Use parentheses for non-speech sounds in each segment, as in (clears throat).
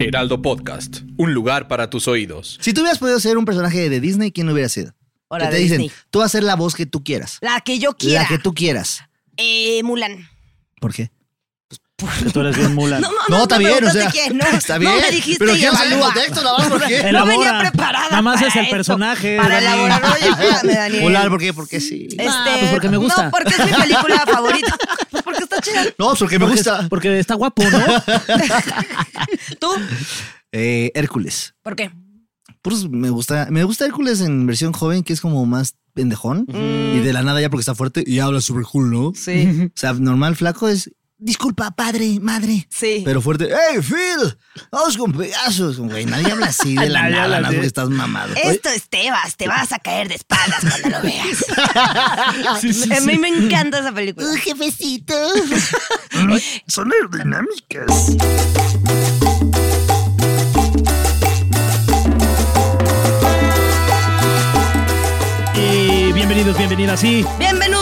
Heraldo Podcast, un lugar para tus oídos. Si tú hubieras podido ser un personaje de Disney, ¿quién lo hubiera sido? Ahora, Que te de dicen, Disney. tú vas a ser la voz que tú quieras. La que yo quiera. La que tú quieras. Eh, Mulan. ¿Por qué? Que tú eres bien Mulan. No, no, No, no, está me bien, o preguntaste sea, (laughs) quién, no, está bien. No me dijiste Pero y quiero saber el evalúa. contexto, nada más, ¿por qué? No venía Elabora. preparada. Nada más para es el esto. personaje, Para Dani. elaborar, no, ayúdame, (laughs) Daniel. Mulan, ¿por qué? Porque sí. Este, pues porque me gusta. No, porque es mi película favorita. Pues porque está chida. No, porque me Porque- gusta. Porque está guapo, ¿no? ¿Tú? Eh, Hércules. ¿Por qué? Pues me gusta, me gusta Hércules en versión joven, que es como más pendejón. Y de la nada ya porque está fuerte y habla súper cool, ¿no? Sí. O sea, normal flaco es, disculpa, padre, madre. Sí. Pero fuerte, ¡Hey, Phil! ¡Vamos con pedazos! Como, Güey, nadie habla así (laughs) de la Nadie nada, habla nada más así. Este porque estás mamado. Oye, Esto es Tebas, te vas a caer de espaldas cuando lo veas. a mí me encanta esa película. (laughs) jefecito. Son aerodinámicas. Y Eh, bienvenidos, bienvenidas, sí. ¡Bienvenido!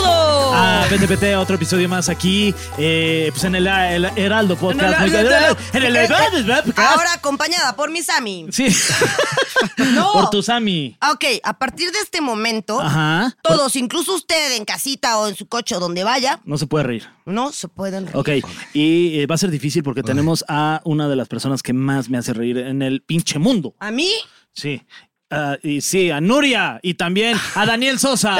A PTPT, otro episodio más aquí, eh, pues en el, el Heraldo Podcast. No, no, no, no, no. En el Eh, Heraldo eh, Podcast. Ahora acompañada por mi Sammy. Sí. No. Por tu Sammy. Ok, a partir de este momento, Ajá. todos, incluso usted en casita o en su coche o donde vaya, No se puede reír. no se pueden reír. Ok. Y eh, va a ser difícil porque tenemos a una de las personas que más me hace reír en el pinche mundo. A mí, Sí. Ah, y sí, a Nuria y también a Daniel Sosa.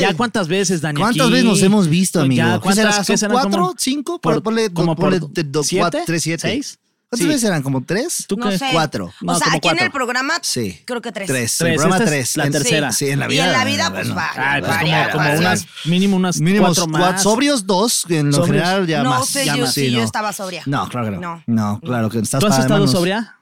¿Ya cuántas veces, Daniel? ¿Cuántas veces nos hemos visto, amigo? ¿Ya ¿Qué será? cuántas ¿Son veces eran cuatro? como- ¿Cinco? por- Por- ponle- como ponle por de- do- siete, cuatro, tres, siete. seis. ¿Cuántas Sí. veces eran? ¿Como tres? ¿Tú no qué? sé. Cuatro. O No, sea, como aquí en cuatro. el programa, Sí. creo que tres. Tres. Tres, El programa esta es tres. la En- tercera. Sí, en la Y vida. en la vida, pues, bueno. va. Ay, pues Varia, como, como varia. unas, mínimo unas Mínimo cuatro más. cuatro- sobrios, dos, en lo Sobrios. general ya no más. sé ya yo más, si sí, yo no. estaba sobria. No, claro que no. No. No, claro que estás ¿Tú has para estado manos. sobria?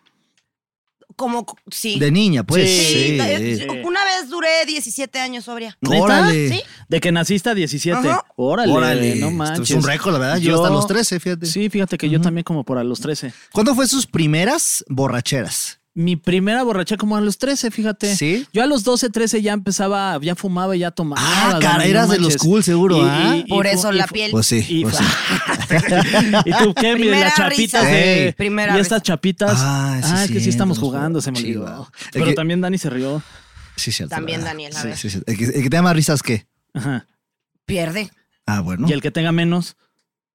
Como, sí. De niña, pues. Sí. Sí, Sí. eh, una vez duré 17 años sobria. ¿Neta? Órale. Sí. De que naciste a 17. Ajá. Órale, Órale, no esto manches. es un récord, la verdad. Yo hasta los 13, fíjate. Sí, fíjate que yo también como por a los 13. ¿Cuándo fue sus primeras borracheras? Mi primera borracha como a los 13, fíjate. ¿Sí? Yo a los 12, 13 ya empezaba, ya fumaba, ya tomaba. Ah, Dani, cara, eras de los manches. cool, seguro, ¿ah? Por fu- eso y la fu- piel. Pues sí. Y, pues sí. (laughs) ¿Y tú qué? Mi- Primera las risa. chapitas de- Ey. Primera y estas risa. chapitas. Ah, sí, es que sí cierto, estamos nos jugando, jugamos. se me Chido. olvidó. Es Pero que- también Dani se rió. Sí, cierto. También, la verdad. Daniel, a Sí, ver. sí, sí. El que, el que te da más risas, ¿qué? Ajá. Pierde, Ah, bueno. Y el que tenga menos,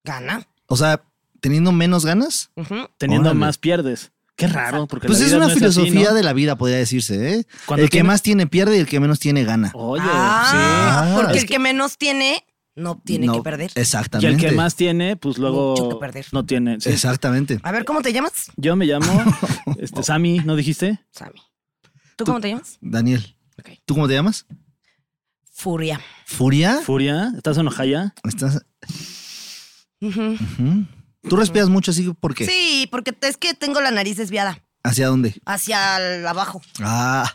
gana. O sea, teniendo menos ganas. Ujú. teniendo Órale. más pierdes. Qué raro, porque Pues la es vida una no así, filosofía ¿no? de la vida, podría decirse, ¿eh? Cuando el que tiene- más tiene pierde y el que menos tiene gana. Oye, ah, sí. porque Es el que menos tiene, no tiene No, que perder. sí. Y Exactamente. el que más tiene, pues luego Mucho que perder. no tiene. sí. Exactamente. A ver, ¿cómo te llamas? Yo me (laughs) llamo este, Sammy, ¿no dijiste? Sammy. ¿Tú cómo te llamas? Daniel. Ok. ¿Tú cómo te llamas? Furia. Furia. Furia, ¿estás en Ojaya? Estás- Ujú. Ujú. Tú respiras mucho así, ¿por qué? Sí, porque es que tengo la nariz desviada ¿Hacia dónde? hacia el abajo. Ah,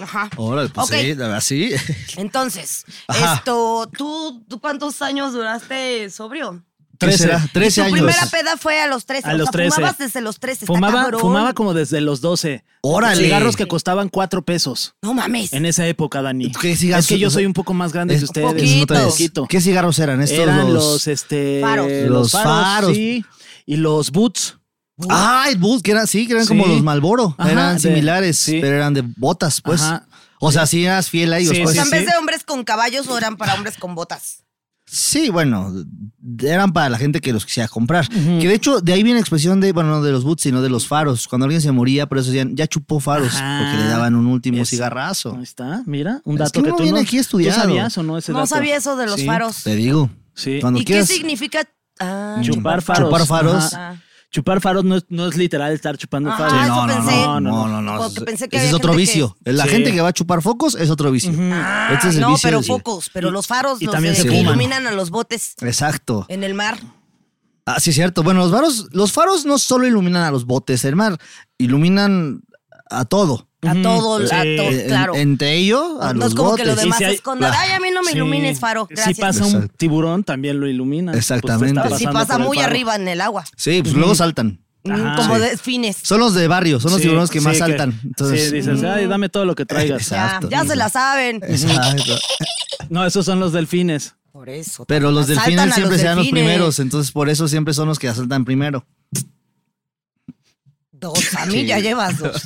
Ajá. ahora, pues Ok. sí, la verdad, sí. Entonces, Ajá. esto, ¿tú, ¿tú cuántos años duraste sobrio? ¿Qué será? Trece. Trece Tu años. primera peda fue a los 13. A o los sea, 13. Fumabas desde los 13. está Fumaba, cabrón. fumaba como desde los 12. Órale. Cigarros que costaban 4 pesos No mames. en esa época, Dani. ¿Qué cigarros? Es que yo soy un poco más grande Es- que ustedes. es- no te ves. Poquito. ¿Qué cigarros eran estos? Eran los, este, Faros. Los Los faros, faros. sí. Y los boots. Ah, el Bud, que eran, sí, que eran como Sí. los Malboro. Ajá, eran de- similares, sí. pero eran de botas, pues. Ajá. O sea, sí eras fiel a ellos. Sí, O pues. sea, sí, en vez sí. de hombres con caballos, o eran para hombres con botas. Sí, bueno, eran para la gente que los quisiera comprar. Que de hecho, de ahí viene la expresión de, bueno, no de los boots, sino de los faros. Cuando alguien se moría, por eso decían, ya chupó faros, Ajá. porque le daban un último Eso. cigarrazo. Ahí está, mira, un Es dato que que, uno tú viene no, aquí estudiado. ¿Tú sabías o no ese No dato? sabía eso de los Sí, faros. Te digo. Sí. Cuando ¿Y qué quieras significa? Ah, Chupar chupar faros. faros. Ajá. ah, chupar faros no es, no es literal estar chupando Ajá, faros. Ah, eso no, no, pensé. no, no, no, no. Porque pensé que Ese es había otro gente vicio. que- La Sí. gente que va a chupar focos es otro vicio. Este es el no, vicio pero de- focos, pero los faros y los también de- se que fuman. iluminan a los botes Exacto. en el mar. Ah, sí, es cierto. Bueno, los faros, los faros no solo iluminan a los botes del mar, iluminan a todo. Eh, A todo, a Sí. todo, En- claro. entre ellos, a no los es como botes. que lo demás Sí, sí se hay- esconda. Claro. Ay, a mí no me Sí. ilumines, faro. Gracias. Si pasa un Exacto. tiburón, también lo ilumina. Pues, Exactamente. Si pasando pasa muy arriba en el agua. Mm, Sí, pues luego saltan. Ajá. como Sí. delfines. Son los de barrio, son los tiburones que "Ah". más saltan. Entonces, sí, dices, ay, dame todo lo que traigas. Ya, Exacto. ya se la saben. (laughs) Exacto. No, esos son los delfines. Por eso. Pero los Asaltan delfines a siempre los serán los delfines. primeros, entonces por eso siempre son los que asaltan primero. Dos, a mí ya (laughs) llevas dos.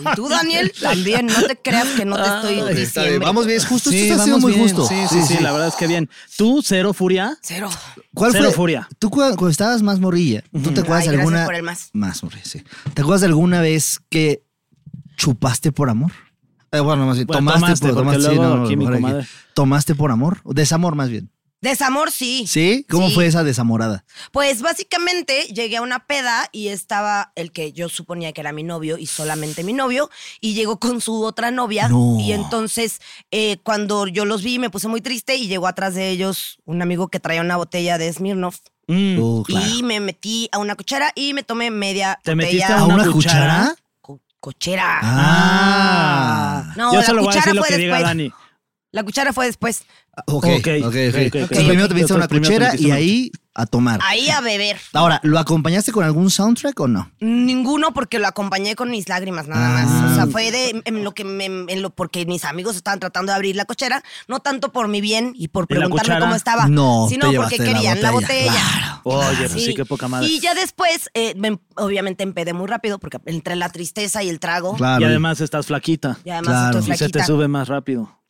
Y tú, Daniel, también. No te creas que no te estoy diciendo. Vamos bien, es justo, Sí, esto está siendo vamos muy bien. justo. Sí, sí, sí, la verdad es que bien. Tú, cero furia. Cero. ¿Cuál Cero fue? furia. Tú cu- cuando estabas más morrilla, ¿tú te acuerdas Ay, de gracias alguna por el más. morrilla, sí. ¿Te acuerdas de alguna vez que chupaste por amor? Eh, bueno, más bien, Bueno, tomaste, tomaste, por porque tomaste, luego no, no, aquí mi mejor comadre. Tomaste por amor, o desamor más bien. Desamor, sí. ¿Sí? ¿Cómo Sí. fue esa desamorada? Pues básicamente llegué a una peda y estaba el que yo suponía que era mi novio y solamente mi novio y llegó con su otra novia No. y entonces eh, cuando yo los vi me puse muy triste y llegó atrás de ellos un amigo que traía una botella de Smirnoff Mm. Oh, claro. y me metí a una cuchara y me tomé media ¿Te botella metiste ¿A una una cuchara? cuchara? co- cochera. Ah. No, Yo la solo voy a cuchara decir lo fue que diga después. Dani. La cuchara fue después. Ok, ok, ok. Ok, Entonces, ok, primero ok. te viste Entonces, una primero te cuchera metiste y una ahí a tomar. Ahí a beber. Ahora, ¿lo acompañaste con algún soundtrack o no? Ninguno porque lo acompañé con mis lágrimas nada más. Ah. O sea, fue de en lo que me- en lo porque mis amigos estaban tratando de abrir la cochera, no tanto por mi bien y por ¿Y la preguntarme cuchara? cómo estaba, No, sino te porque llevaste la querían la botella, botella. claro. Oye, pues sí, qué poca madre. Y ya después, eh, me- obviamente empedé muy rápido porque entre la tristeza y el trago, Claro. Y además estás flaquita. y además Claro. estoy Y se flaquita. te sube más rápido.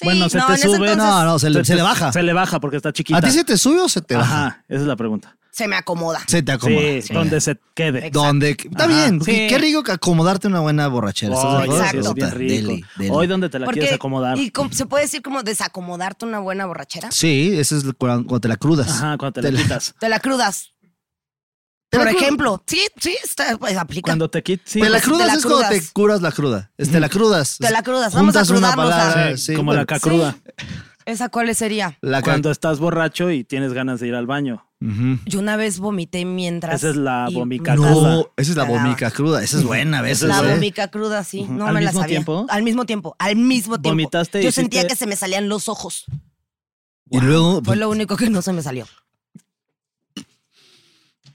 Sí, bueno, se no, te en ese sube. entonces no, no, se le, Entonces, se le baja. Se le baja porque está chiquita. ¿A ti se te sube o se te baja? Ajá, esa es la pregunta. se me acomoda. Se te acomoda. Sí, donde se quede. Donde, está Ajá. bien, Sí. qué rico que acomodarte una buena borrachera. ¿estás de Oye, acuerdo? sí, es Oh, Exacto. bien Puta, rico. deli, deli. Hoy, ¿dónde te la Porque- quieres acomodar? Y com- se puede decir como desacomodarte una buena borrachera. Sí, eso es lo- cuando cuando te la crudas. Ajá, cuando te la (laughs) quitas. Te la crudas. Te la Por cru- ejemplo, sí, sí, está, pues aplica. Cuando te quitas. sí, Te la pues, crudas te la es cuando te crudas. curas la cruda. Es te la crudas. Te la crudas, vamos a Juntas una crudarnos a- palabra, sí, sí, como bueno, la cacruda. ¿Esa cuál sería? la ca- Cuando estás borracho y tienes ganas de ir al baño. Ujú. Yo una vez vomité mientras. Esa es la y- vomica cruda. No, esa es la Te daba. vomica cruda. Esa es buena a veces. La ¿eh? vomica cruda, sí. No ¿Al me la mismo sabía. tiempo? Al mismo tiempo. Al mismo tiempo. ¿Vomitaste y Yo sentía hiciste- que se me salían los ojos. Y luego, pues, Fue lo único que no se me salió.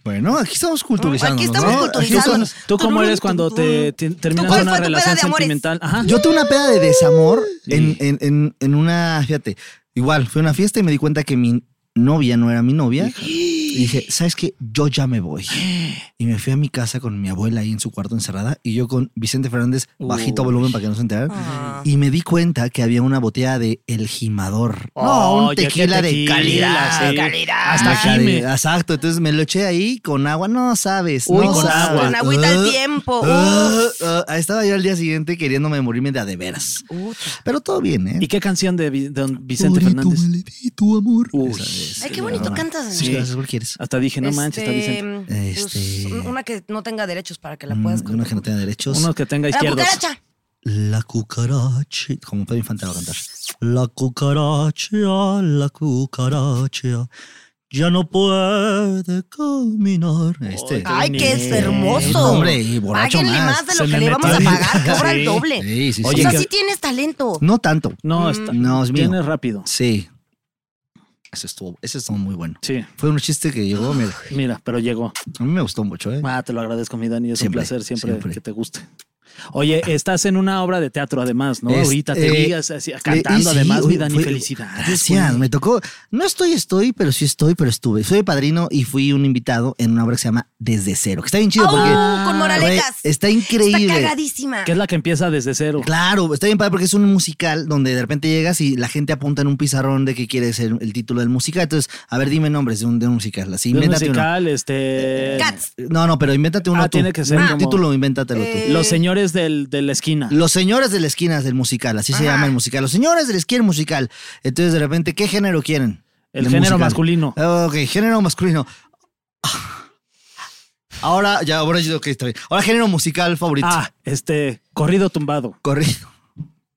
bueno, aquí estamos culturizando. Aquí estamos culturizando. ¿Tú, ¿Tú cómo eres cuando te, te- terminas cuál una fue tu peda relación de amores? sentimental? Ajá. Yo tuve una peda de desamor en, en- en- en una, fíjate, igual, fue una fiesta y me di cuenta que mi novia no era mi novia. Y dije, ¿sabes qué? Yo ya me (gasps) voy. Y me fui a mi casa con mi abuela ahí en su cuarto encerrada y yo con Vicente Fernández bajito volumen para que no se enteraran. Ah. Y me di cuenta que había una botella de El Jimador. no, un Oye, qué tequila, de Oh, tequila, calidad. sí. calidad. Hasta De aquí me- calidad, Exacto, entonces me lo eché ahí con agua, no sabes. Uy, no con sabes. agua. Con agüita al Ah, tiempo. ah, ah, ahí estaba yo al día siguiente queriéndome morirme de a de veras. Pero todo bien, ¿eh? ¿Y qué canción de, Vi- de don Vicente Pobre Fernández? Tu maledito amor. Uy. Esa es, Ay, qué eh, bonito la- cantas. Sí, gracias, ¿cuál quieres? Hasta dije, no manches, está Este, Vicente. pues, Este- Una que no tenga derechos para que la Mm, puedas Una que no tenga derechos. Uno que tenga Este, La izquierdos. cucaracha. La cucaracha. Como Pedro Infante va a cantar. La cucaracha, la cucaracha. Ya no puede caminar. Este. Ay, qué es bonito. hermoso. No, hombre, y borracho Páguenle más. más de lo Se que me le vamos a metió. pagar. Cobra el Sí. doble. Sí, sí, sí. Oye, o sea, que- sí tienes talento. No tanto. Mm. No, está. No, es mío. Tienes rápido. Sí. Ese estuvo, ese estuvo muy bueno. Sí, Fue un chiste que llegó, mira, mira, pero llegó. a mí me gustó mucho, ¿eh? Ah, te lo agradezco, mi Dani. Es Siempre, un placer siempre, siempre. que te guste. Oye, estás en una obra de teatro además, ¿no? Es- Ahorita te eh, vi así- así, cantando Eh, sí, además, oye, mi Dani. fue- felicidades. Gracias, güey. me tocó. No estoy, estoy, pero sí estoy, pero estuve. Soy padrino y fui un invitado en una obra que se llama Desde Cero, que está bien chido ¡Au! porque ¡Oh! con moralejas. güey, está Está increíble. cagadísima. Que es la que empieza desde cero. Claro, está bien padre porque es un musical donde de repente llegas y la gente apunta en un pizarrón de que quiere ser el título del musical. Entonces, a ver, dime nombres de un, de un musical. Así, De un invéntate uno. musical, este. Eh, Cats. No, no, pero invéntate uno Ah, tú. tiene que ser Un como- título, invéntatelo tú. Eh, Los señores del, de la esquina. Los señores de la esquina del musical, así se Ajá. llama el musical. Los señores de la esquina musical. Entonces, de repente, ¿qué género quieren? El De género musical. masculino. Ok, género masculino. Ahora, ya, ahora yo, ok, está bien. Ahora, género musical favorito. Ah, este, corrido tumbado. Corrido.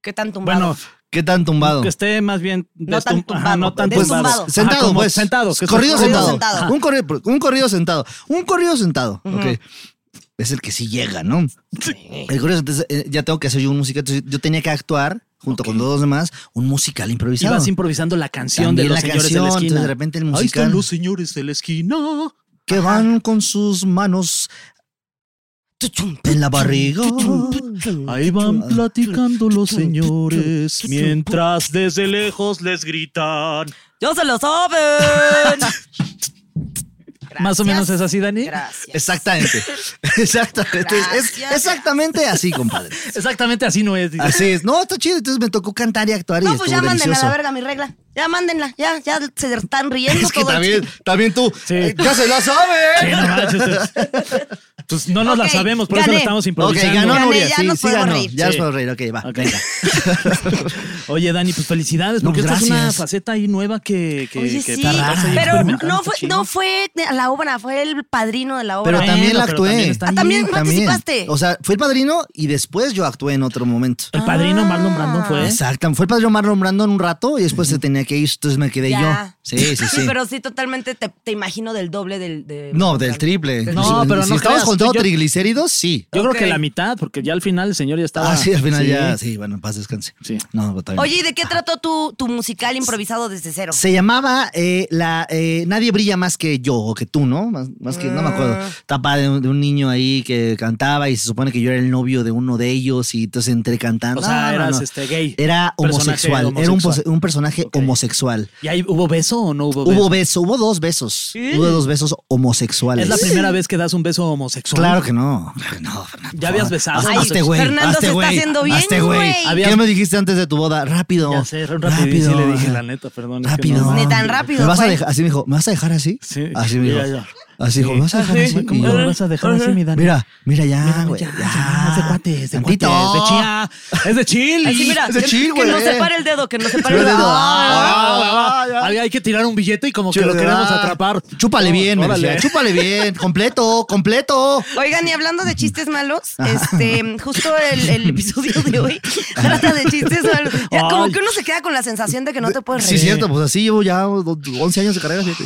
¿Qué tan tumbado? Bueno, ¿Qué tan tumbado? que esté más bien No tan destum- ajá, tumbado, no tan Pues, tumbado. destumbado. Ajá, sentado, como pues. Sentado. que es corrido, corrido sentado. sentado. Ajá. Un, corrido, un corrido sentado. Un corrido sentado. ok. Es el que sí llega, ¿no? El corrido sentado es, eh, ya tengo que hacer yo un musical. Entonces, yo tenía que actuar, junto con dos demás, un musical improvisado. Ibas improvisando la canción También de los la señores canción, de la esquina. entonces, de repente el Ahí musical. están los señores de la esquina. que van con sus manos en la barriga. Ahí ah, van platicando los señores mientras desde lejos les gritan. ¡Yo se (laughs) lo saben! Más o menos es así, Dani. Gracias. (laughs) Exactamente. Exactamente. Es- es Gracias. exactamente así, (laughs) compadre. Exactamente así no es. dice. Así es. No, está chido. Entonces me tocó cantar y actuar y No, estuvo pues ya mándenla a delicioso. la verga mi regla. Ya mándenla, ya, ya se están (laughs) riendo Es que todo el también, chi- también tú. Sí. eh, Ya se la sabe. (laughs) Sí, no manches, ustedes. Pues no nos la Ok, sabemos, por eso gané. la estamos Ok, improvisando. ganó Gané, Nuria. ya Sí, nos sí podemos ganó. reír. Ya nos Sí. podemos reír. Ok, va. Ok. venga. Oye, Dani, pues felicidades, No, porque esta es una gracias. faceta ahí nueva que, que, Oye, que sí, estás ahí pero experimentando, no está fue, chido. no fue de la obra, fue el padrino de la obra. Pero Bueno, también la pero actué. también está Ah, ahí. también participaste. O sea, fue el padrino y después yo actué en otro momento. El padrino Ah. Marlon Brandon fue. Exacto. Fue el padrino Marlon Brando en un rato y después se tenía que ir. Entonces me quedé Ya. yo. Sí, sí, sí. (laughs) pero sí, totalmente te, te imagino del doble del. de- No, del triple. No, pero si no estamos creas, con tú todo yo- triglicéridos, sí. Yo Ok. creo que la mitad, porque ya al final el señor ya estaba. Ah, sí, al final ya. Sí, bueno, en paz descanse. Sí. No, pues, pero también. Oye, ¿y de qué trató tu, tu musical improvisado desde cero? Se llamaba eh, la eh, Nadie brilla más que yo o que tú, ¿no? Más, más que no me acuerdo. Tapa de un, de un niño ahí que cantaba y se supone que yo era el novio de uno de ellos y entonces entré cantando. O sea, No, no, eras no. este, gay. Era Personaje homosexual. Era un, pose- homosexual. un personaje Ok. homosexual. ¿Y ahí hubo beso o no hubo beso? Hubo beso, hubo dos besos. Hubo dos besos homosexuales. ¿Es la primera vez que das un beso homosexual? Claro que no. Claro que no, Fernando. ¿Ya habías besado? Hazte, Ay, hazte, güey. Fernando hazte, se está güey, haciendo bien, hazte, güey. güey. Habías- ¿Qué me dijiste antes de tu boda? Rápido. Ya sé, rápido. Sí, le dije, la neta, perdón. es que Rápido. no. Ni tan rápido, ¿Me vas a güey. dejar- así me dijo, ¿me vas a dejar así? Sí. Así me dijo. Ya, ya. Así dijo, ¿me vas a dejar Sí, así? ¿Cómo Y lo yo, vas a dejar así, mi Dani? Mira, mira ya, Mira, güey. ya, Ah, ya, es de cuates, es de Tantito. cuates, es de chía, es de chill. Ay, sí, mira, Ese que- chill, que güey. no se pare el dedo, que no se pare el Yo dedo. le digo, Ah, ah, Ah, ah, Hay, hay que tirar un billete y como que lo ah, queremos atrapar. Chúpale Oh, bien, me órale. decía. Chúpale bien. Completo, completo. Oigan, y hablando de (laughs) chistes malos, este, justo el, el episodio de hoy trata de chistes malos. Ya, como Ay. que uno se queda con la sensación de que no te puedes Sí, reír. es cierto, pues así llevo ya 11 años de carrera. fíjate.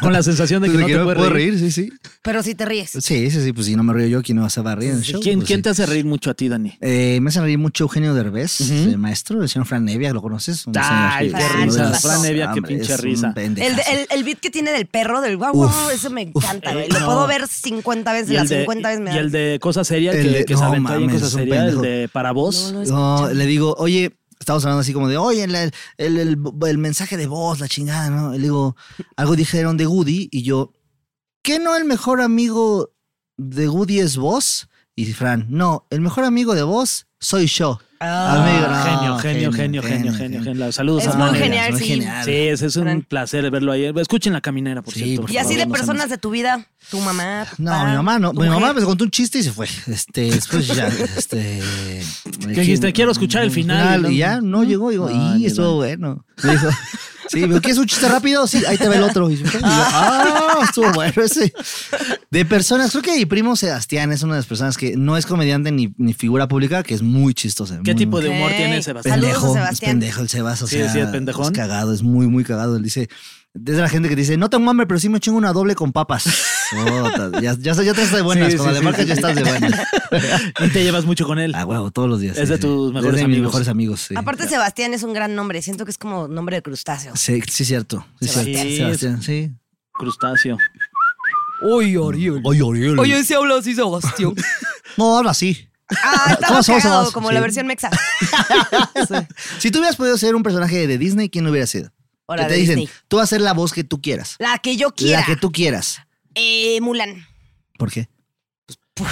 Con la sensación de que Desde no te puedes puedo reír. sí, sí. Pero si te ríes. Sí, sí, sí, pues si no me río yo, ¿quién no se va a reír en el show? ¿Quién, Pues, quién sí. te hace reír mucho a ti, Dani? Eh, me hace reír mucho Eugenio Derbez, el maestro, el señor Fran Nevia, ¿lo conoces? Un Ay, señor qué que- risa. Hombre, Fran Evia, qué es pinche un risa. pendejazo. El, de- el, el beat que tiene del perro, del guau, Uf, eh, guau, ese me encanta, güey. Lo no. puedo ver 50 veces, las de, 50 veces me y da. el de cosas serias El de- que, que se no, aventó ahí en mames, cosas es un serias, el pendejo. de para vos. No, le digo, oye, estamos hablando así como de, oye, el, el, el- el mensaje de voz, la chingada, ¿no? Y Le digo, algo dijeron de Woody y yo, ¿qué no el mejor amigo de Woody es vos? Y Fran, no, el mejor amigo de vos soy yo. Amigo, Ah, no, Ah, genio, genio, genio, genio, genio, genio. Saludos Es a muy Manuel. genial, muy sí. genial. Sí, es, es un placer verlo ahí. Escuchen la caminera, por Sí, cierto. por Y así de favor, no sean personas de tu vida, tu mamá. tu No, papá, mi mamá no. tu Mi mamá mujer. me contó un chiste y se fue. Este, (laughs) después ya, este. ¿Qué dijiste? Quiero escuchar el final. y ya, no llegó. Digo, Ay, y estuvo bueno. Me dijo, sí, veo que es un chiste rápido. Sí, ahí te ve el otro. Y yo, ah, estuvo bueno ese. De personas, creo que mi primo Sebastián es una de las personas que no es comediante ni, ni figura pública, que es muy chistosa. ¿Qué muy, tipo muy de humor Ok. tiene Sebastián? Saludos a pendejo, es Sebastián. pendejo el Sebas, o Sí, sea, sí, es pendejón. es cagado, es muy, muy cagado. Él dice, es de la gente que dice, no tengo hambre, pero sí me chingo una doble con (laughs) papas. Puta, ya, ya, ya te estás de buenas, Sí, con sí, la de sí, marca sí, ya sí. estás de (laughs) buenas. Y te llevas mucho con él. A huevo, todos los días. Es de tus mejores es de mis amigos. mejores amigos, sí. Aparte, Sebastián es un gran nombre. Siento que es como nombre de crustáceo. Sí, sí, cierto. Sí, Sebastián. cierto, Sí, Sebastián, sí. Crustáceo. Uy, Oriol. Oye, Oriol. Oye, sí habla así, Sebastián. (laughs) No, habla así. (laughs) Ah, está ¿Cómo más somos, cagado, somos? como Sí. la (laughs) versión mexa. Si tú hubieras podido ser un personaje de Disney, ¿quién hubiera sido? O que la te de dicen, Disney. tú vas a ser la voz que tú quieras. La que yo quiera. La que tú quieras. Eh, Mulan. ¿Por qué?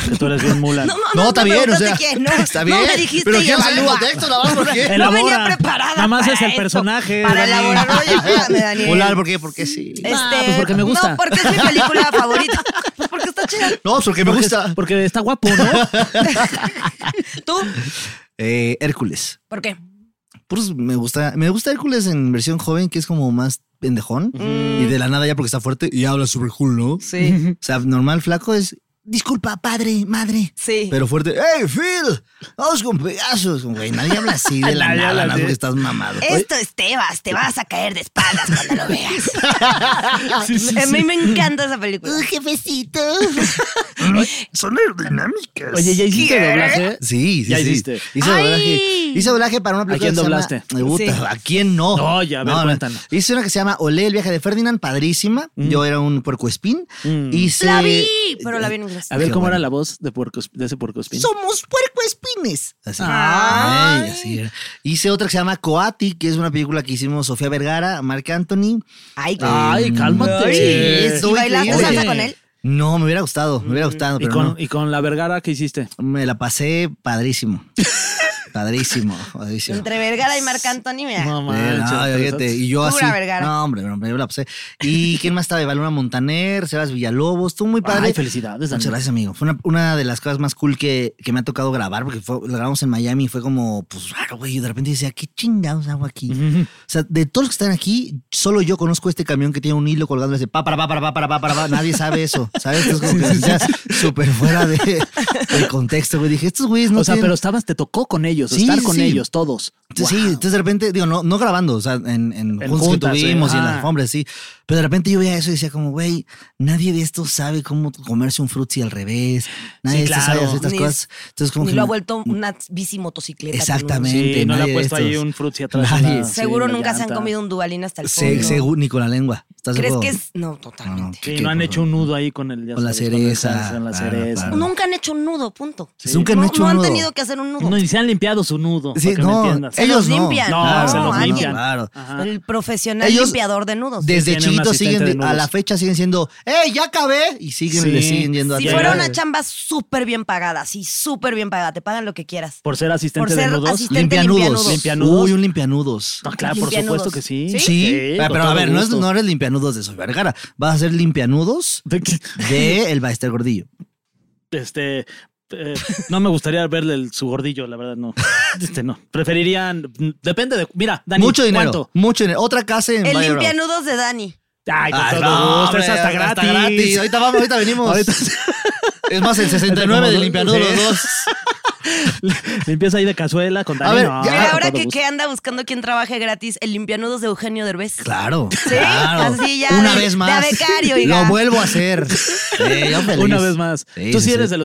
Que tú eres bien Mulan. (laughs) No, (laughs) no, no, Ah, está me bien, o preguntaste sea, (laughs) quién, no. está No bien. me dijiste pero y quiero saber el evalúa. contexto, la verdad, ¿por (laughs) qué? No venía Elabora. preparada. Nada más para es el esto. personaje, Para Dani. elaborar, oye, espérame, (laughs) Daniel. Volar, ¿por qué? Porque sí. Este, Ah, pues porque me gusta. No, porque es mi (laughs) película favorita. Pues porque está chida. No, porque me Porque- gusta. Porque (laughs) está guapo, ¿no? ¿Tú? Eh, Hércules. ¿Por qué? puros- me gusta, me gusta Hércules en versión joven, que es como más pendejón. Y Mm, de la nada ya porque está fuerte y habla súper cool, ¿no? (laughs) Sí. O sea, normal flaco es, disculpa, padre, madre. Sí. Pero fuerte, ¡Hey, Phil! ¡Vamos con pedazos! Güey, nadie habla así (laughs) de la Nadie nada, habla nada más así. porque estás mamado. Esto es Tebas, te vas a caer de espaldas cuando lo (laughs) veas. a mí me encanta esa película. (laughs) jefecito! Son aerodinámicas. Oye, ¿ya hiciste doblaje? Sí, sí, Ya sí. hiciste. Hice ¡Ay! doblaje. Hice doblaje para una película quién que se llama- doblaste? Me gusta, Sí. ¿A quién no? No, ya, a ver, cuéntanos. Hice una que se llama Olé, el viaje de Ferdinand, padrísima. Mm. Yo era un puercoespín. Hice... La vi, pero la vi en inglés. A ver Qué cómo era bueno. la voz de, puerco, de ese puercoespín. Eh, Somos puercoespines. Así. Ay. Ay, así era. Hice otra que se llama Coati, que es una película que hicimos Sofía Vergara, Marc Anthony. Mm. Ay, Ah, Ay, cálmate. Ay. Sí, ¿Y estuvo bailaste increíble. salsa Oye. con él? No, me hubiera gustado, me hubiera gustado, Mm. ¿Y pero con, no. y con la vergara que hiciste. Me la pasé padrísimo. (laughs) padrísimo, padrísimo. Entre Vergara y Marc Anthony, mira. No Eh, manches. no, fíjate, y yo Pura así. vergara. No, hombre, no, hombre, yo la pasé. ¿Y (laughs) quién más estaba? Valuna Montaner, Sebas Villalobos, tú muy padre. Ay, felicidades, Muchas Daniel. gracias, amigo. Fue una, una de las cosas más cool que, que me ha tocado grabar, porque fue- la grabamos en Miami y fue como, pues raro, güey. Y de repente decía, ¿qué chingados hago (laughs) aquí? O sea, de todos los que están aquí, solo yo conozco este camión que tiene un hilo colgándole de pa, para, pa, para, pa, para, pa, para, pa. Nadie sabe eso, ¿sabes? Es (laughs) como que ya súper fuera de, de contexto, güey. Dije, estos güeyes no o sea, tienen- pero estabas, te tocó con ellos, Sí, estar sí, con sí. ellos, todos. entonces, Sí, entonces de repente, digo, no, no grabando, o sea, en, en, En juntas juntas, que sí. tuvimos y en Ah. las alfombras, sí. Pero de repente yo veía eso y decía como, güey, nadie de estos sabe cómo comerse un frutzi al revés. Nadie Sí, de estos sabe claro. hacer estas Ni- cosas. Entonces como Ni que lo ha no- vuelto una bici motocicleta. con un- Exactamente. Sí, no le nadie ha de puesto ahí estos. un frutzi atrás. en Nadie. la- sí, Seguro en la nunca se han llanta. comido un dubalín hasta el se, fondo. segú- ni con la lengua. ¿Estás de ¿Crees acuerdo? que es...? No, No, totalmente. ¿qué- Sí, qué, no han por hecho favor? un nudo ahí con el. ya Con la sabes, el cereza, calzón, la claro, cereza. claro. Nunca han hecho un nudo, punto. Sí. Nunca han no, hecho no un han nudo. tenido que hacer un nudo. No, ni se han limpiado su nudo. Sí, para que me no, entiendas. Se ellos los no. limpian. No, Claro, se los alguien. limpian. Claro. Ajá. El profesional Ellos- limpiador de nudos. Desde tienen un chiquitos asistente siguen, de de- a la nudos. fecha siguen siendo, ¡eh, ya acabé! Y siguen, le Sí. siguen yendo si atrás. fuera ya. una chamba súper bien pagada, sí, súper bien pagada, te pagan lo que quieras. Por ser asistente Por ser de nudos. asistente- Limpianudos. limpianudos. Limpianudos. Uy, un limpianudos. No, claro, por Limpianudos. supuesto que sí. ¿Sí? Sí, Ah, con pero a todo ver, no, es- gusto. no eres limpianudos de Soy Vergara. Vas a ser limpianudos (laughs) de El Baester Gordillo. Este. eh, no me gustaría verle el- su gordillo, la (laughs) verdad, no. Este no. Preferirían. Depende de. Mira, Dani. mucho dinero. ¿cuánto? Mucho dinero. Otra casa en El Valle Bravo. limpianudos de Dani. Ay, con Ay, todo Ah, no, gusto, hombre, es hasta gratis. Ahorita vamos, ahorita venimos. Ahorita- (laughs) Es más, el 69 de limpianudos Sí. los dos. (laughs) Limpieza ahí de cazuela con Dani. A ver, no, ya- con Mira, ahora todo que, Ah, gusto. que anda buscando quien trabaje gratis, el limpianudos de Eugenio Derbez. Claro. Sí, claro. así ya Una de- vez de más. becario, oiga. Lo vuelvo a (laughs) hacer. Sí, yo feliz. Una vez más. Sí, Tú sí, sí sí. eres de los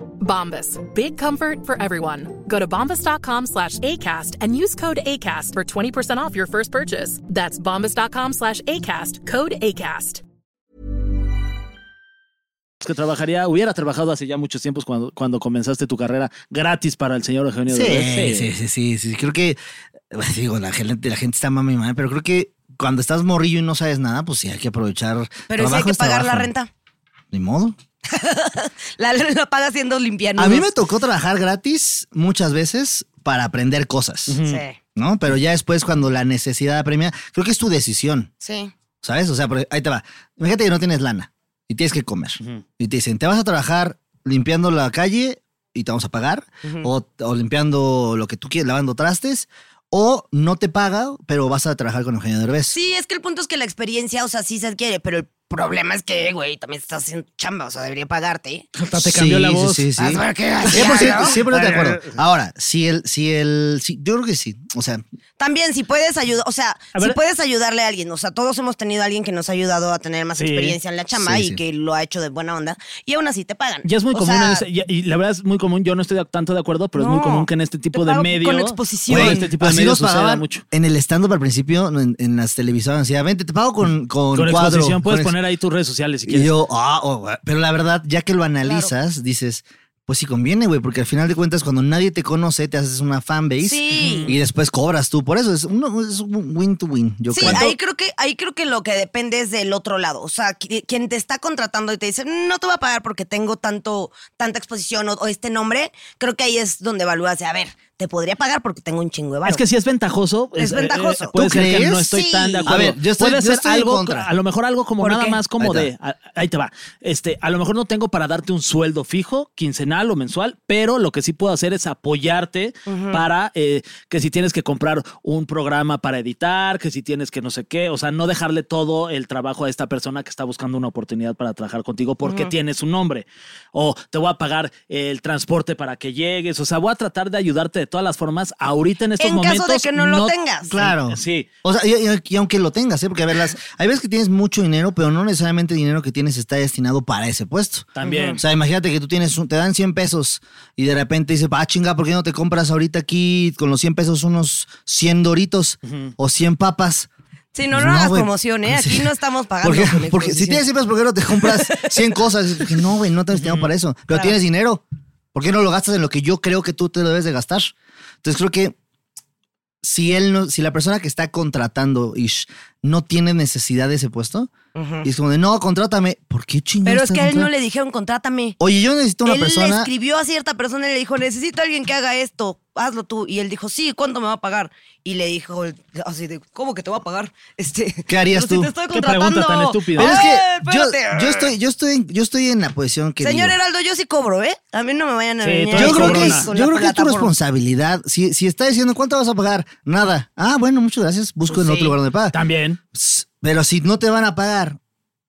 Bombas. Big comfort for everyone. Go to bombas.com slash ACAST and use code ACAST for 20% off your first purchase. That's bombas.com slash ACAST. Code ACAST. que trabajaría, hubiera trabajado hace ya muchos tiempos cuando, cuando comenzaste tu carrera gratis para el señor Eugenio Sí, Derbez. sí, sí, sí, sí. Creo que, pues, digo, la gente, la gente está mami, mami, pero creo que cuando estás morrillo y no sabes nada, pues sí hay que aprovechar. Pero eso hay Trabajo que es pagar la trabajo. renta. Ni modo. La, (laughs) la, la paga siendo limpianudos. A mí me tocó trabajar gratis muchas veces para aprender cosas, Mm. Sí, ¿no? Pero ya después, cuando la necesidad apremia, creo que es tu decisión, sí. ¿sabes? O sea, por- ahí te va. Imagínate que no tienes lana y tienes que comer. Y te dicen, te vas a trabajar limpiando la calle y te vamos a pagar, o, o limpiando lo que tú quieres, lavando trastes, o no te paga, pero vas a trabajar con Eugenio Derbez. Sí, es que el punto es que la experiencia, o sea, sí se adquiere, pero el problema es que, güey, también estás haciendo chamba, o sea, debería pagarte. Te cambió la voz. Sí, sí, sí. Vas a ver qué haces, 100%, ¿no? 100% de acuerdo. Ahora, si el, si el, sí, yo creo que sí. O sea, También, si puedes ayudar, o sea, A si ver. puedes ayudarle a alguien, o sea, todos hemos tenido a alguien que nos ha ayudado a tener más Sí. experiencia en la chamba Sí, y sí. que lo ha hecho de buena onda, y aún así te pagan. Ya es muy O común, sea, en ese- ya- y la verdad es muy común, yo no estoy tanto de acuerdo, pero es muy No, común que en este tipo de pago medios... con exposición. en güey, este tipo de así medios nos suceda pagaban mucho. en el stand-up al principio, en, en las televisoras, decía, vente, te pago con, con, Con cuadro. exposición, puedes con ex- poner ahí tus redes sociales si Y quieres. yo, ah, oh, güey. pero la verdad, ya que lo analizas, dices, pues sí conviene, güey, porque al final de cuentas, cuando nadie te conoce, te haces una fanbase Sí. y después cobras tú. Por eso es, uno, es un win-to-win, yo Sí, creo. ahí creo, que, ahí creo que lo que depende es del otro lado. O sea, qui- quien te está contratando y te dice, no te voy a pagar porque tengo tanto, tanta exposición o, o este nombre, creo que ahí es donde evalúas de, a ver, te podría pagar porque tengo un chingo de varo. Es que si es ventajoso, Es ventajoso. puede ¿Tú ser que crees? no estoy Sí. tan de acuerdo. A ver, yo estoy- puede yo ser estoy en algo, contra. a lo mejor algo como ¿Por nada qué? más como Ahí de, a- ahí te va. Este, a lo mejor no tengo para darte un sueldo fijo, quincenal o mensual, pero lo que sí puedo hacer es apoyarte para eh, que si tienes que comprar un programa para editar, que si tienes que no sé qué, o sea, no dejarle todo el trabajo a esta persona que está buscando una oportunidad para trabajar contigo porque Ujú. tienes un nombre o te voy a pagar el transporte para que llegues. O sea, voy a tratar de ayudarte de todas las formas ahorita en estos En caso de momentos. que no lo tengas. Claro. Sí. O sea, y, y- y aunque lo tengas, ¿eh? porque a ver, las, hay veces que tienes mucho dinero, pero no necesariamente el dinero que tienes está destinado para ese puesto. También. O sea, imagínate que tú tienes, un- te dan 100 pesos y de repente dices, ah, chinga, ¿por qué no te compras ahorita aquí con los 100 pesos unos 100 doritos o 100 papas? Si no, Pues no, hagas güey. promoción, ¿eh? (laughs) Sí. Aquí no estamos pagando. Porque, con porque si exposición. tienes 100 pesos, ¿por qué no te (laughs) compras 100 cosas? Porque no, güey, no te has destinado para eso. Pero Claro. tienes dinero. ¿Por qué no lo gastas en lo que yo creo que tú te lo debes de gastar? Entonces creo que si él no, si la persona que está contratando ish no tiene necesidad de ese puesto, Ujú. y es como de no, contrátame, ¿por qué chingados? Pero es estás que a él no contratando? le dijeron, contrátame. Oye, yo necesito una él le persona. escribió a cierta persona y le dijo, necesito a alguien que haga esto, hazlo tú. Y él dijo, sí, ¿cuánto me va a pagar? Y le dijo, el- así de, ¿cómo que te va a pagar? (laughs) Este, ¿Qué harías pero si tú? te estoy Qué pregunta contratando. tan estúpida. Pero es ¡Eh, que yo, espérate! yo estoy, yo estoy, en- yo estoy en la posición que Señor digo. Heraldo, yo sí cobro, ¿eh? A mí no me vayan a Sí, venir. tú eres Yo creo, que cabrona. es, con yo la creo que es tu plataforma. responsabilidad. Si, si está diciendo cuánto vas a pagar, nada. Ah, bueno, muchas gracias. Busco Pues en sí. otro lugar donde paga. También. Ps, Pero si no te van a pagar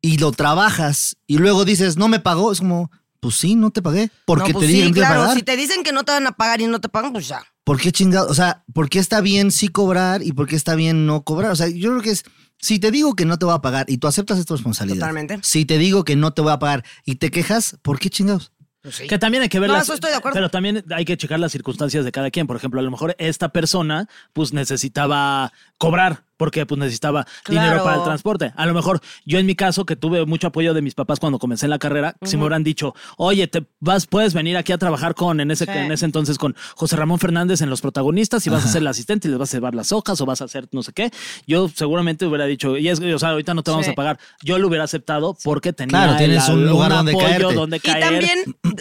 y lo trabajas y luego dices, no me pagó, es como, pues sí, no te pagué. No, Porque pues te dije que sí, no te iba a claro, pagar. si te dicen que no te van a pagar y no te pagan, pues ya. ¿Por qué chingado? O sea, ¿por qué está bien sí cobrar y por qué está bien no cobrar? O sea, yo creo que es, si te digo que no te voy a pagar y tú aceptas esta responsabilidad. Totalmente. Si te digo que no te voy a pagar y te quejas, ¿por qué chingados? Pues sí. Que también hay que ver No, las- eso estoy de acuerdo. Pero también hay que checar las circunstancias de cada quien. Por ejemplo, a lo mejor esta persona pues necesitaba cobrar porque pues necesitaba Claro. dinero para el transporte. A lo mejor yo en mi caso que tuve mucho apoyo de mis papás cuando comencé en la carrera, si me hubieran dicho, "Oye, te vas puedes venir aquí a trabajar con en ese Sí. en ese entonces con José Ramón Fernández en los protagonistas y vas a ser el asistente y les vas a llevar las hojas o vas a hacer no sé qué." Yo seguramente hubiera dicho, "Y es o sea, ahorita no te vamos Sí. a pagar." Yo lo hubiera aceptado porque tenía Claro, tienes el- un lugar donde apoyo caerte. donde Y caer. (clears throat) también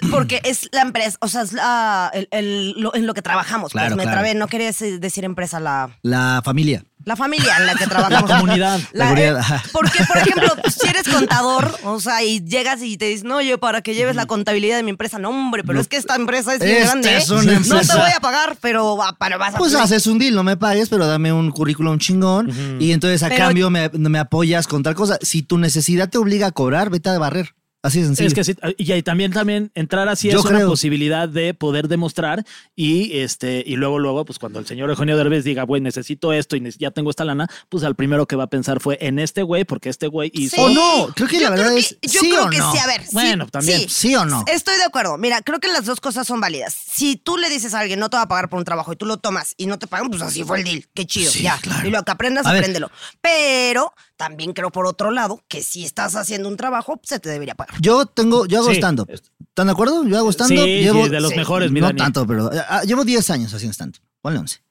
porque es la empresa, o sea, es la- el- el- lo- en lo que trabajamos. pues Claro, me claro. trabé, no quería decir empresa la... La familia. La familia en la (laughs) que trabajamos. La comunidad. La comunidad, eh, ajá. porque, (laughs) por ejemplo, si eres contador, o sea, y llegas y te dicen, no, yo para que lleves la contabilidad de mi empresa, no, hombre, pero es que esta empresa es bien Esta grande. es ¿eh? una no te empresa. voy a pagar, pero, va- pero vas a. Pues haces un deal, no me pagues, pero dame un currículum chingón y entonces a Pero- cambio me, me apoyas con tal cosa. Si tu necesidad te obliga a cobrar, vete a barrer. Así de sencillo. Es que sí, y ahí también, también entrar así Yo es una creo. posibilidad de poder demostrar y este y luego, luego, pues cuando el señor Eugenio Derbez diga, güey, necesito esto y ne- ya tengo esta lana, pues al primero que va a pensar fue en este güey, porque este güey hizo... O no, creo que Yo la verdad creo que- es Yo sí creo o que no. sí, a ver. sí, Bueno, también, Sí. ¿Sí o no? Estoy de acuerdo. Mira, creo que las dos cosas son válidas. Si tú le dices a alguien no te va a pagar por un trabajo y tú lo tomas y no te pagan, pues así fue el deal. Qué chido, Sí, ya. claro. Y lo que aprendas, A ver. apréndelo. Pero también creo, por otro lado, que si estás haciendo un trabajo, pues, se te debería pagar. Yo tengo, yo hago Sí. stand-up. ¿Están de acuerdo? Yo hago stand-up. Sí, llevo, sí, de los mejores, mi No Dani. tanto, pero eh, ah, llevo 10 años haciendo stand-up. Ponle 11.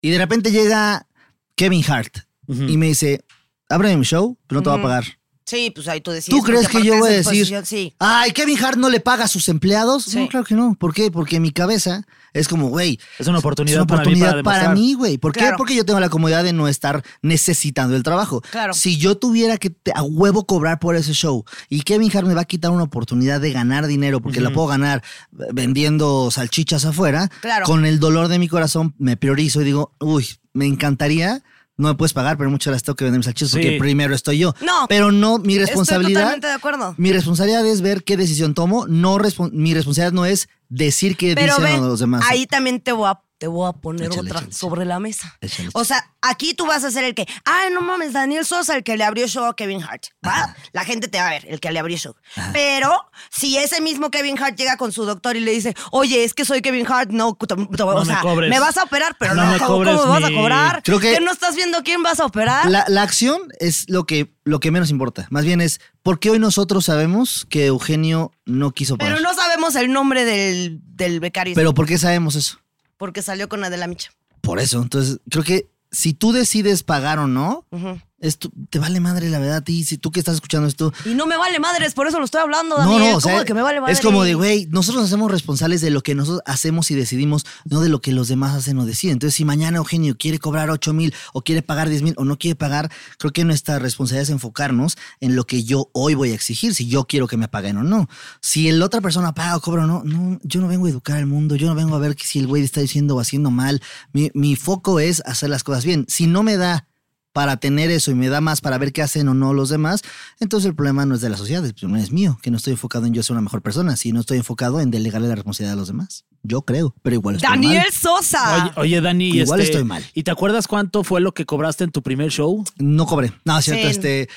Y de repente llega Kevin Hart Ujú. y me dice, ábreme mi show, pero no te va a pagar. Sí, pues ahí tú decides. ¿Tú porque crees que aparte yo es voy a exposición, decir, Sí. ay, Kevin Hart no le paga a sus empleados? Sí. No, claro que no. ¿Por qué? Porque mi cabeza es como, güey, Es una es oportunidad, una para oportunidad mí para, para, mí, güey. ¿Por qué? Claro. Porque yo tengo la comodidad de no estar necesitando el trabajo. Claro. Si yo tuviera que te- a huevo cobrar por ese show y Kevin Hart me va a quitar una oportunidad de ganar dinero porque la puedo ganar eh, vendiendo salchichas afuera, Claro. con el dolor de mi corazón me priorizo y digo, uy, me encantaría, no me puedes pagar, pero muchas las tengo que vender mis salchichas porque Sí. primero estoy yo. No. Pero no, mi Estoy responsabilidad. totalmente de acuerdo. Mi responsabilidad es ver qué decisión tomo. No respon- mi responsabilidad no es decir qué Pero dicen ve, a los demás. ahí también te voy a, te voy a poner Échale, otra échale. sobre la mesa. Échale, O sea, aquí tú vas a ser el que, ay, no mames, Daniel Sosa, el que le abrió show a Kevin Hart. ¿va? La gente te va a ver, el que le abrió show. Pero si ese mismo Kevin Hart llega con su doctor y le dice, oye, es que soy Kevin Hart, no, te- te- o me sea, cobres. me vas a operar, pero No no, me ¿cómo, cobres cómo me vas a mi- cobrar? Creo que- ¿Qué no estás viendo quién vas a operar? La, la acción es lo que, lo que menos importa. Más bien es por qué hoy nosotros sabemos que Eugenio no quiso pagar. Pero no sabemos el nombre del, del becario. Pero ¿por qué sabemos eso? porque salió con Adela Micha. Por eso. Entonces, creo que si tú decides pagar o no, Ujú. esto te vale madre la verdad a ti. Si tú que estás escuchando esto. Y no me vale madres, por eso lo estoy hablando, No, Daniel. no, o ¿Cómo sea, de que me vale madres? es como de, güey, nosotros nos hacemos responsables de lo que nosotros hacemos y decidimos, no de lo que los demás hacen o deciden. Entonces, si mañana Eugenio quiere cobrar 8 mil o quiere pagar 10 mil o no quiere pagar, creo que nuestra responsabilidad es enfocarnos en lo que yo hoy voy a exigir, si yo quiero que me paguen o no. Si la otra persona paga o cobra o no, no, yo no vengo a educar al mundo, yo no vengo a ver que si el güey está diciendo o haciendo mal. Mi, mi foco es hacer las cosas bien. Si no me da para tener eso y me da más para ver qué hacen o no los demás, entonces el problema no es de la sociedad, el problema es mío, que no estoy enfocado en yo ser una mejor persona, sino estoy enfocado en delegarle la responsabilidad a los demás. Yo creo, pero igual estoy Daniel Pues mal. Sosa. Oye, oye, Dani, Igual este, estoy mal. ¿Y te acuerdas cuánto fue lo que cobraste en tu primer show? No cobré. No, es cierto, Sí. este...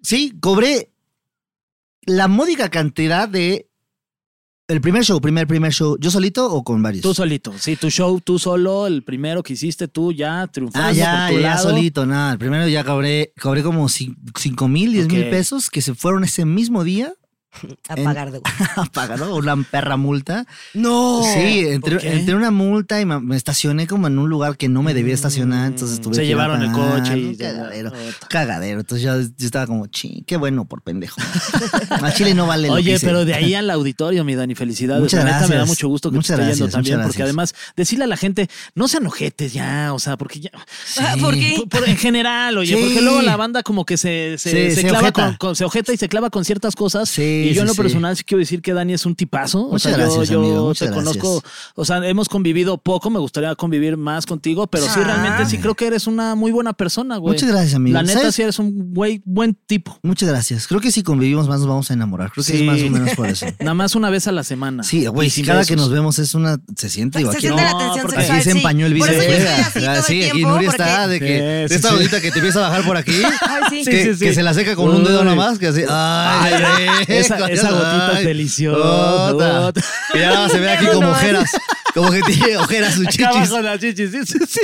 Sí, cobré la módica cantidad de... El primer show, primer, primer show, ¿yo solito o con varios? Tú solito. Sí, tu show, tú solo, el primero que hiciste, tú ya triunfaste Ah, ya, por tu ya lado. solito, nada. El primero ya cobré, cobré como 5 mil, 10 mil Ok. pesos que se fueron ese mismo día (laughs) A en- pagar de a pagar ¿no? una perra multa. No. Sí, entre, Oh, ok. entre una multa y ma- me estacioné como en un lugar que no me debía estacionar, entonces tuve Mm, Se que ir a llevaron el pagar, coche un y- cagadero, cagadero. Entonces ya yo estaba como, chi, qué bueno por pendejo. (laughs) A Chile no vale lo que Oye, hice. pero de ahí al auditorio, mi Dani, felicidades. Muchas La neta, me da gracias. mucho gusto que Muchas te esté yendo gracias, también, muchas porque además, gracias. decirle a la gente, no sean ojetes ya, o sea, porque ya. Ah, ¿Por qué? Por- por- en general, oye, Sí. porque luego la banda como que se, se, Sí, se se clava ojeta. con, con- se ojeta y se clava con ciertas cosas. Sí, y yo sí, en lo sí. personal sí quiero decir que Dani es un tipazo. Muchas o sea, yo- gracias, yo, amigo, muchas te gracias. conozco, o sea, hemos convivido poco, me gustaría convivir más contigo, pero sí Ah. realmente sí creo que eres una muy buena persona, güey. Muchas gracias, amigo. La neta ¿Sabes? sí eres un güey buen tipo. Muchas gracias. Creo que si convivimos más nos vamos a enamorar. Creo que Sí. Pues es más o menos por eso. (laughs) Nada más una vez a la semana. Sí, güey, Y sin cada besos. que nos vemos es una... Se (laughs) siente, digo, se aquí siente no, la tensión porque Aquí sexual. se sí. empañó el Por eso yo bíceps. estoy así todo Ah, el sí, aquí tiempo, Nuria porque- está de que Sí, de sí, esta sí. bolita que te empieza a bajar por aquí. (laughs) (laughs) Ay, sí. que, sí, sí. que se la seca con un dedo Uy. (laughs) nomás, que así. Ay, ay, esa- esa gotita es deliciosa. Ota. Y ahora se ve aquí Dedo como nomás. ojeras. Como que tiene ojeras su Acá chichis. abajo las chichis, sí, sí, (laughs) sí.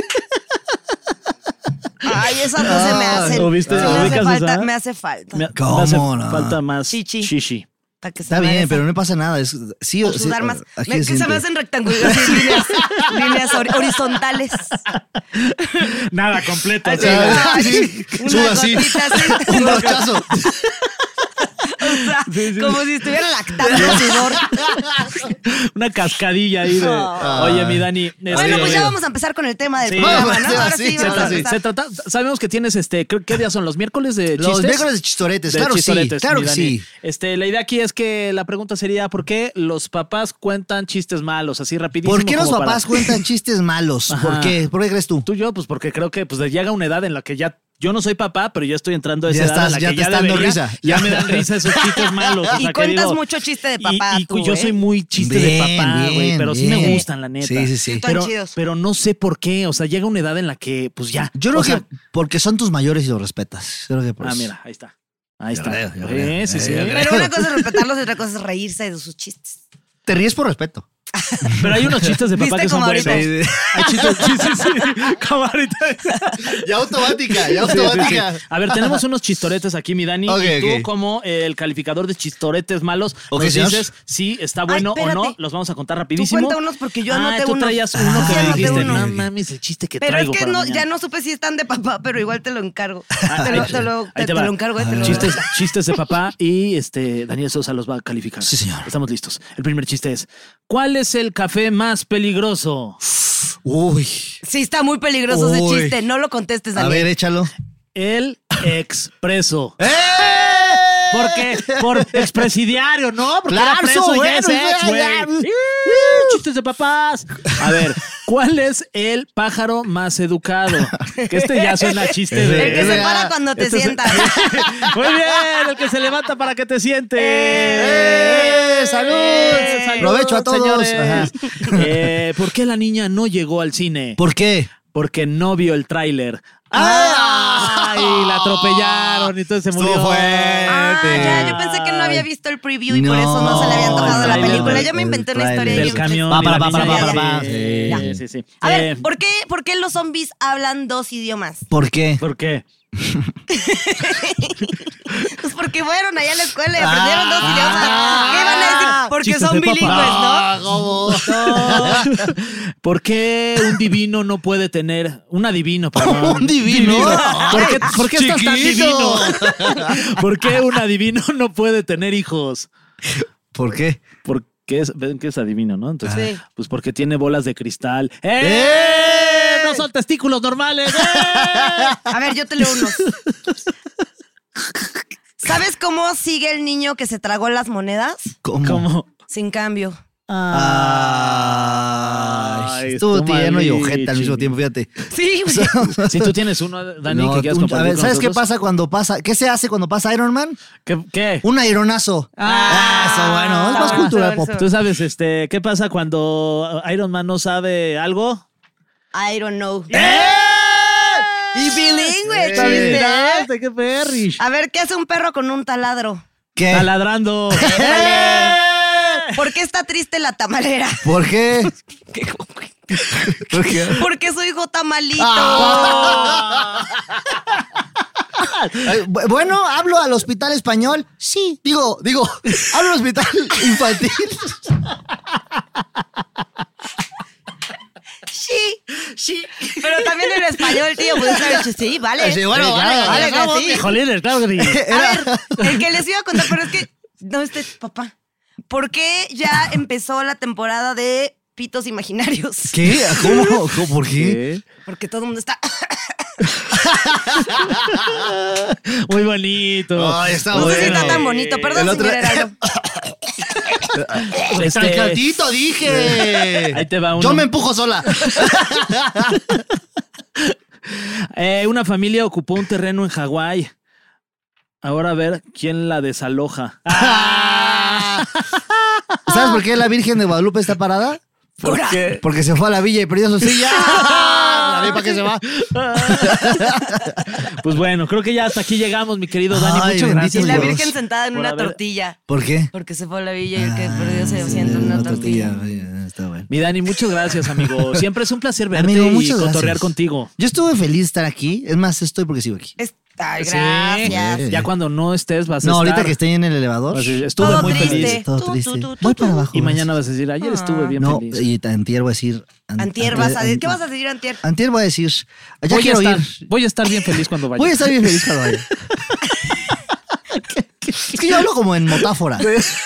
Ay, esas no se me Ah, hacen. ¿lo viste? Se ¿Lo me, hace ubicas, falta, esa? me hace falta. Me- ¿Cómo me hace no? Falta más Chichi. para que se Está me haga bien, esa- pero no pasa nada. Es, sí, o sí, ah, sudar más. aquí Me- que se siente. me hacen rectangulares, sí, (laughs) líneas, líneas hori- horizontales. Nada completo. Ay, así. Ah, (laughs) sí. Una Suda así. gotita (laughs) así. Un brochazo. O sea, como si estuviera lactando sudor. Una cascadilla ahí de. Ah. Oh. Oye, mi Dani. Bueno, este, pues ya vamos a empezar con el tema del Sí. programa, Vamos, ¿no? sí, Ahora sí, sí, sí, vamos a sí. empezar. Se trata, sabemos que tienes este, creo- ¿qué días son? ¿Los miércoles de chistes? Los miércoles de chistoretes, De claro que sí, chistoretes, claro mi que Dani. sí. Este, la idea aquí es que la pregunta sería: ¿por qué los papás cuentan chistes malos? Así rapidísimo. ¿Por qué los como para- papás cuentan chistes malos? Ajá. ¿Por qué? ¿Por qué crees tú? Tú y yo, pues porque creo que pues llega una edad en la que ya yo no soy papá, pero ya estoy entrando a esa Ya edad en estás- la ya que te está dando debería- risa. (laughs) Ya me dan risa esos chistes malos. o Y sea, que cuentas digo- mucho chiste de y- papá Y, tú, yo ¿eh? soy muy chiste de Bien, papá, güey, bien, pero sí me bien. gustan, la neta. Sí, sí, sí. Están Pero, chidos. pero no sé por qué, o sea, llega una edad en la que, pues ya. Yo creo o sea, que pues, porque son tus mayores y los respetas. Creo que por Ah, eso. mira, ahí está. Ahí Yo está. creo, yo Sí, creo. sí, Eh, sí. yo creo. Pero una cosa es respetarlos y otra cosa es reírse de sus chistes. Te ríes por respeto. Pero hay unos chistes de papá ¿Viste que son como buenos. ahorita? Hay chistes, sí, sí, sí. Como ahorita. (laughs) Ya automática, ya Sí, sí, sí. A ver, tenemos unos chistoretes aquí, mi (laughs) Dani. Ok, y tú, ok. como eh, el calificador de chistoretes malos, Ok, nos señor. dices si está bueno o espérate. no. Los vamos a contar rapidísimo. cuenta unos porque yo anoté ah, tú uno. traías uno Ah, que yo me anoté dijiste. uno. No mames, el chiste que Pero es traigo que para no, mañana". ya no supe si están de papá, pero igual te lo encargo. Ah, Te ahí lo, te lo- te- ahí te va. lo encargo. y te lo- Chistes, chistes (laughs) de papá y este Daniel Sosa los va a calificar. Sí, señor. Estamos listos. El primer chiste es: ¿Cuál es el café más peligroso? Uy. Sí, está muy peligroso ese Uy. chiste. No lo contestes, A Daniel. ver, échalo. El expreso. ¡Eh! ¿Por qué? Por expresidiario, ¿no? Porque Claro, era preso y ya bueno, es ex, ya, güey. ya. Sí, Chistes de papás. A ver, ¿Cuál es el pájaro más educado? Que este ya suena a chiste El de. eh, que se para cuando te Este (laughs) se- sientas. Muy bien, el que se levanta para que te sientes. ¡Eh! ¡Salud! ¡Salud, Provecho a todos. señores! Ajá. (laughs) Eh, ¿Por qué la niña no llegó al cine? ¿Por qué? Porque no vio el tráiler. Ah. ¡Ay! La atropellaron y entonces se ¡Ah! Estuvo murió. fuerte. Ah, ya, yo pensé que no había visto el preview y por No, eso no se le había antojado el la tráiler película. del- Ya me inventé una del historia. tráiler. y Del yo- camión. Va, y para, la va, para, niña- va, para, va. Sí, Ya. sí, sí. A Eh, ver, ¿por qué, ¿por qué los zombies hablan dos idiomas? ¿Por qué? ¿Por qué? Pues porque fueron allá a la escuela y aprendieron dos Ah. idiomas. ¿Qué van a decir? Porque Chistes son de papá. bilingües, ¿no? Ah, (laughs) ¿Por qué un divino no puede tener (laughs) un adivino? Perdón. (laughs) Un divino. ¿Por qué, por qué estás tan Chiquillo. divino? (laughs) ¿Por qué un adivino no puede tener hijos? ¿Por qué? Porque es, ven que es adivino, ¿no? Entonces, Sí. pues porque tiene bolas de cristal. ¡Eh! ¡Eh! No son testículos normales. ¡Eh! A ver, yo te leo unos. (laughs) ¿Sabes cómo sigue el niño que se tragó las monedas? ¿Cómo? ¿Cómo? Sin cambio. Ay, Ah, estuvo estuvo tierno y ojeta al mismo malísimo. tiempo, fíjate. Sí, güey. Si tú tienes uno, Dani, No, que quieras tú- a compartir ver, con ¿sabes qué nosotros? pasa cuando pasa? ¿Qué se hace cuando pasa Iron Man? ¿Qué? qué? Un aironazo. Ah, Ah, eso bueno, es está más bueno, cultura está bueno, pop. está ¿Tú sabes este qué pasa cuando Iron Man no sabe algo? I don't know. Y bilingüe, chiste. ¿eh? ¡Miraste, qué perrish! Ah, A ver, ¿qué hace un perro con un taladro? ¿Qué? (laughs) Está ladrando. Eh, ¿Por qué está triste la tamalera? ¿Por qué? ¿Por qué? Porque su hijo está malito. Ah. Ay, bu- Bueno, hablo al hospital español. Sí. Digo, digo, (laughs) hablo al hospital infantil. Sí, sí. Pero también en español, tío. Pues, haber dicho, sí, vale. Sí, bueno, vale, vale, vamos, sí. Jolines, claro que (laughs) sí. A ver, el que les iba a contar, pero es que. No, este papá. ¿Por qué ya empezó la temporada de pitos imaginarios? ¿Qué? ¿Cómo? ¿Cómo? ¿Por qué? Porque todo el mundo está. Muy bonito. eh, Ay, está No sé si está bueno. tan bonito. Perdón, eh, El otro- señor (laughs) Heraldo. Este, Tan cantito, dije. Ahí te va uno. Yo me empujo sola. eh, una familia ocupó un terreno en Hawái. Ahora a ver quién (laughs) la desaloja. Ah, Ah. ¿Sabes por qué la Virgen de Guadalupe está parada? Ahora, Eh, Porque se fue a la villa y perdió su (laughs) silla. (laughs) ¿La vi para qué se va? Ah, Pues bueno, creo que ya hasta aquí llegamos, mi querido Dani. Ay, Muchas bendito gracias. Y la Dios. Virgen sentada en Por una haber- tortilla. ¿Por qué? Porque se fue a la villa y el que perdió se siente en una Ah, Una tortilla. ay, Está bueno. Mi Dani, muchas (laughs) gracias, amigo. Siempre es un placer verte Amigo, y muchas gracias. cotorrear contigo. Yo estuve feliz de estar aquí. Es más, estoy porque sigo aquí. Es- Ay, Sí. gracias. Eh. Ya cuando no estés vas a No, estar. ahorita que estoy en el elevador. Así, estuve Todo muy triste. feliz. Todo Tú, tú, triste. tú, tú, Voy para tú. abajo. Y mañana vas a decir, Ah. ayer estuve bien No, feliz. y antier voy a decir. an- Antier vas a decir. ¿Qué vas a decir, Antier? Antier voy a decir. Ya voy, quiero a estar, ir. voy a estar bien feliz cuando vaya. Voy a estar bien feliz cuando vaya. Es que yo hablo como en metáfora. (laughs)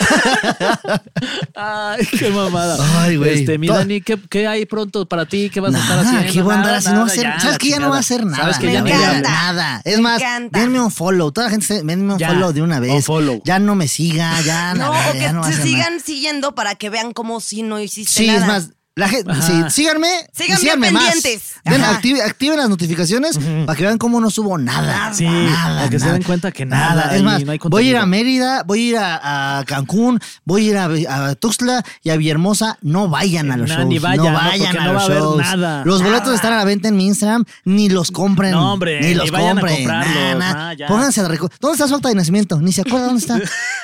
Ay, qué mamada. Ay, güey. Este, mi Todo- Dani, ¿qué, qué hay pronto para ti? ¿Qué vas a estar Nada, haciendo? ¿qué voy a andar Nada, haciendo? No voy a nada, hacer- ya, ¿Sabes la que ya no chingada. voy a hacer nada? Sabes que Me ya no ni voy a encanta. hacer hablo. nada. Es Me más, encanta. denme un follow. Toda la gente, se- denme un Ya. follow de una vez. follow. Ya no me siga, ya la No, o verdad, ya que no voy a se hacer nada. sigan siguiendo para que vean cómo si no hiciste Sí, nada. es más, la gente, sí, síganme, y Síganme síganme más. pendientes. Den- Ajá. active- activen las notificaciones para que vean cómo no subo nada. Sí, nada, para que se nada. den cuenta que nada, Es y más, no hay voy a ir a contenido. Mérida, voy a ir a, a Cancún, voy a ir a, a Tuxtla y a Villahermosa. No vayan a los No, shows. ni vayan, no no, vayan porque a no los va a haber shows. nada. Los Nada. boletos están a la venta en mi Instagram. Ni los compren. No, hombre, Ni los ni vayan a compren. comprarlos, nada, nada. nada, ya. Pónganse a reco- ¿Dónde está su acta de nacimiento? Ni se acuerda dónde (laughs) está.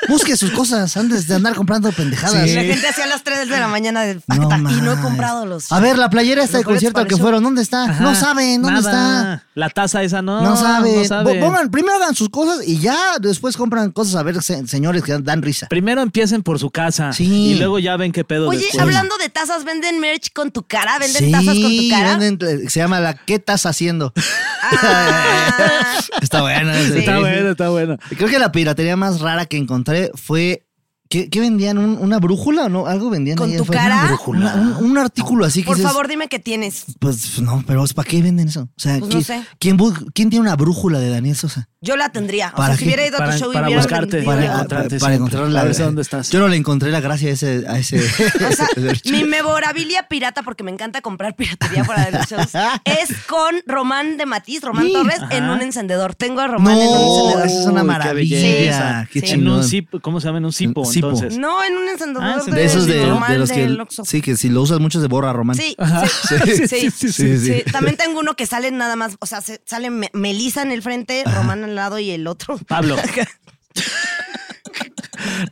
Busque sus cosas antes de andar comprando pendejadas. La gente hacía a las 3 de la mañana del pacta y no he mames. comprado los. A ver, la playera esta de los boletos concierto para al el que show. fueron, ¿dónde está? Ajá, no saben, ¿dónde nada. está? La taza esa no. No saben. No saben. Bo- pongan- primero hagan sus cosas y ya después compran cosas a ver se- señores que dan risa. Primero empiecen por su casa Sí. y luego ya ven qué pedo Oye, después. hablando de tazas, ¿venden merch con tu cara? ¿Venden tazas con tu cara? venden- eh, se llama la ¿Qué estás (laughs) haciendo? Ah. está bueno. ese. Está bueno, está bueno. Creo que la piratería más rara que encontré fue ¿Qué, qué vendían? ¿Un- ¿Una brújula o no? ¿Algo vendían? ¿Con ahí tu afuera? cara? Una brújula. Un, un artículo así que Por dices, favor, dime qué tienes. Pues no, pero ¿para qué venden eso? O sea, Pues ¿qui- no sé. ¿quién, bu- quién tiene una brújula de Daniel Sosa? Yo la tendría. O ¿Para sea, si qué? hubiera ido a tu Para- show y para hubiera buscarte, vendido- para Ah, encontrarte para, siempre. encontrar la Para ver dónde estás. Yo no le encontré la gracia a ese. A (laughs) ese (laughs) O sea, mi memorabilia pirata, porque me encanta comprar piratería para los shows, es con Román de Matiz, Román Sí. Torres, en Ajá. un encendedor. Tengo a Román en un no, encendedor. eso es una Uy, qué maravilla. belleza. Qué, Sí. En chingón. un cipo, ¿cómo se llama? En un cipo, Cipo. entonces. No, en un encendedor Ah, de, De esos de, Sí, Román de los que. del Oxxo. Sí, que si lo usas mucho se borra, Román. Sí, Ajá. sí, sí, sí, Sí, sí, sí, sí, sí, sí. También tengo uno que sale nada más, o sea, se- sale Me- Melisa en el frente, Román al lado y el otro. (laughs) Pablo.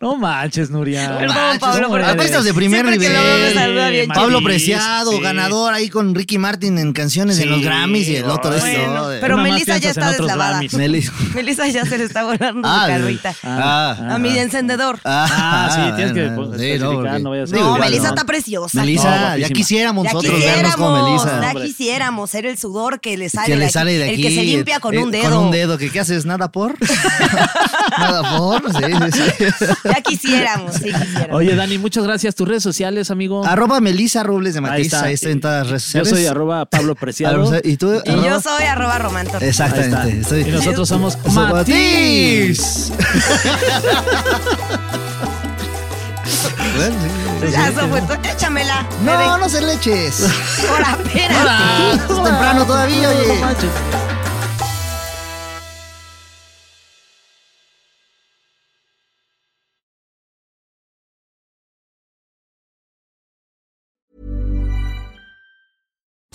No manches, Nuria. Ah, Perdón, Pablo, ¿cómo por- eres? Artistas de primer Siempre que lo veo me nivel. saluda bien Sí, chido. Pablo Sí, Preciado, sí. ganador ahí con Ricky Martin en canciones en Sí, los Grammys y el otro. ay, esto, Bueno, de- (laughs) pero Nada más Melisa ya piensas en está otros deslavada. (laughs) Grammys. Melis- Melisa ya se le está volando Ah, su de- carrita. ah, a mi encendedor. Ah, sí, tienes que, pues, especificar, porque- no vaya a ser. digo, no, igual, Melisa ¿no? está preciosa. Melissa, No, ya guapísima. quisiéramos Ya nosotros vernos quisiéramos, como Melissa. ya quisiéramos ser el sudor que le sale, Que de le aquí, sale de aquí. el que se limpia con eh, un dedo. Con un dedo. ¿Qué, qué haces? ¿Nada por? (laughs) ¿Nada por? Sí, sí, (laughs) sí. (laughs) Ya quisiéramos, sí quisiéramos. Oye, Dani, muchas gracias. Tus redes sociales, amigo. Arroba Melissa Robles de Matiz. Ahí está, en todas las redes Yo sociales. soy (laughs) arroba Pablo Arroba- Preciado. ¿Y tú? y yo soy arroba romantor. Ahí Exactamente. está. Estoy- Y nosotros somos Somos Matiz. Matiz. (laughs) Bueno, sí. Ya, eso fue todo. Échamela. No, no se (laughs) leches. bebé. Hola, espera. Hola. Es temprano todavía, oye.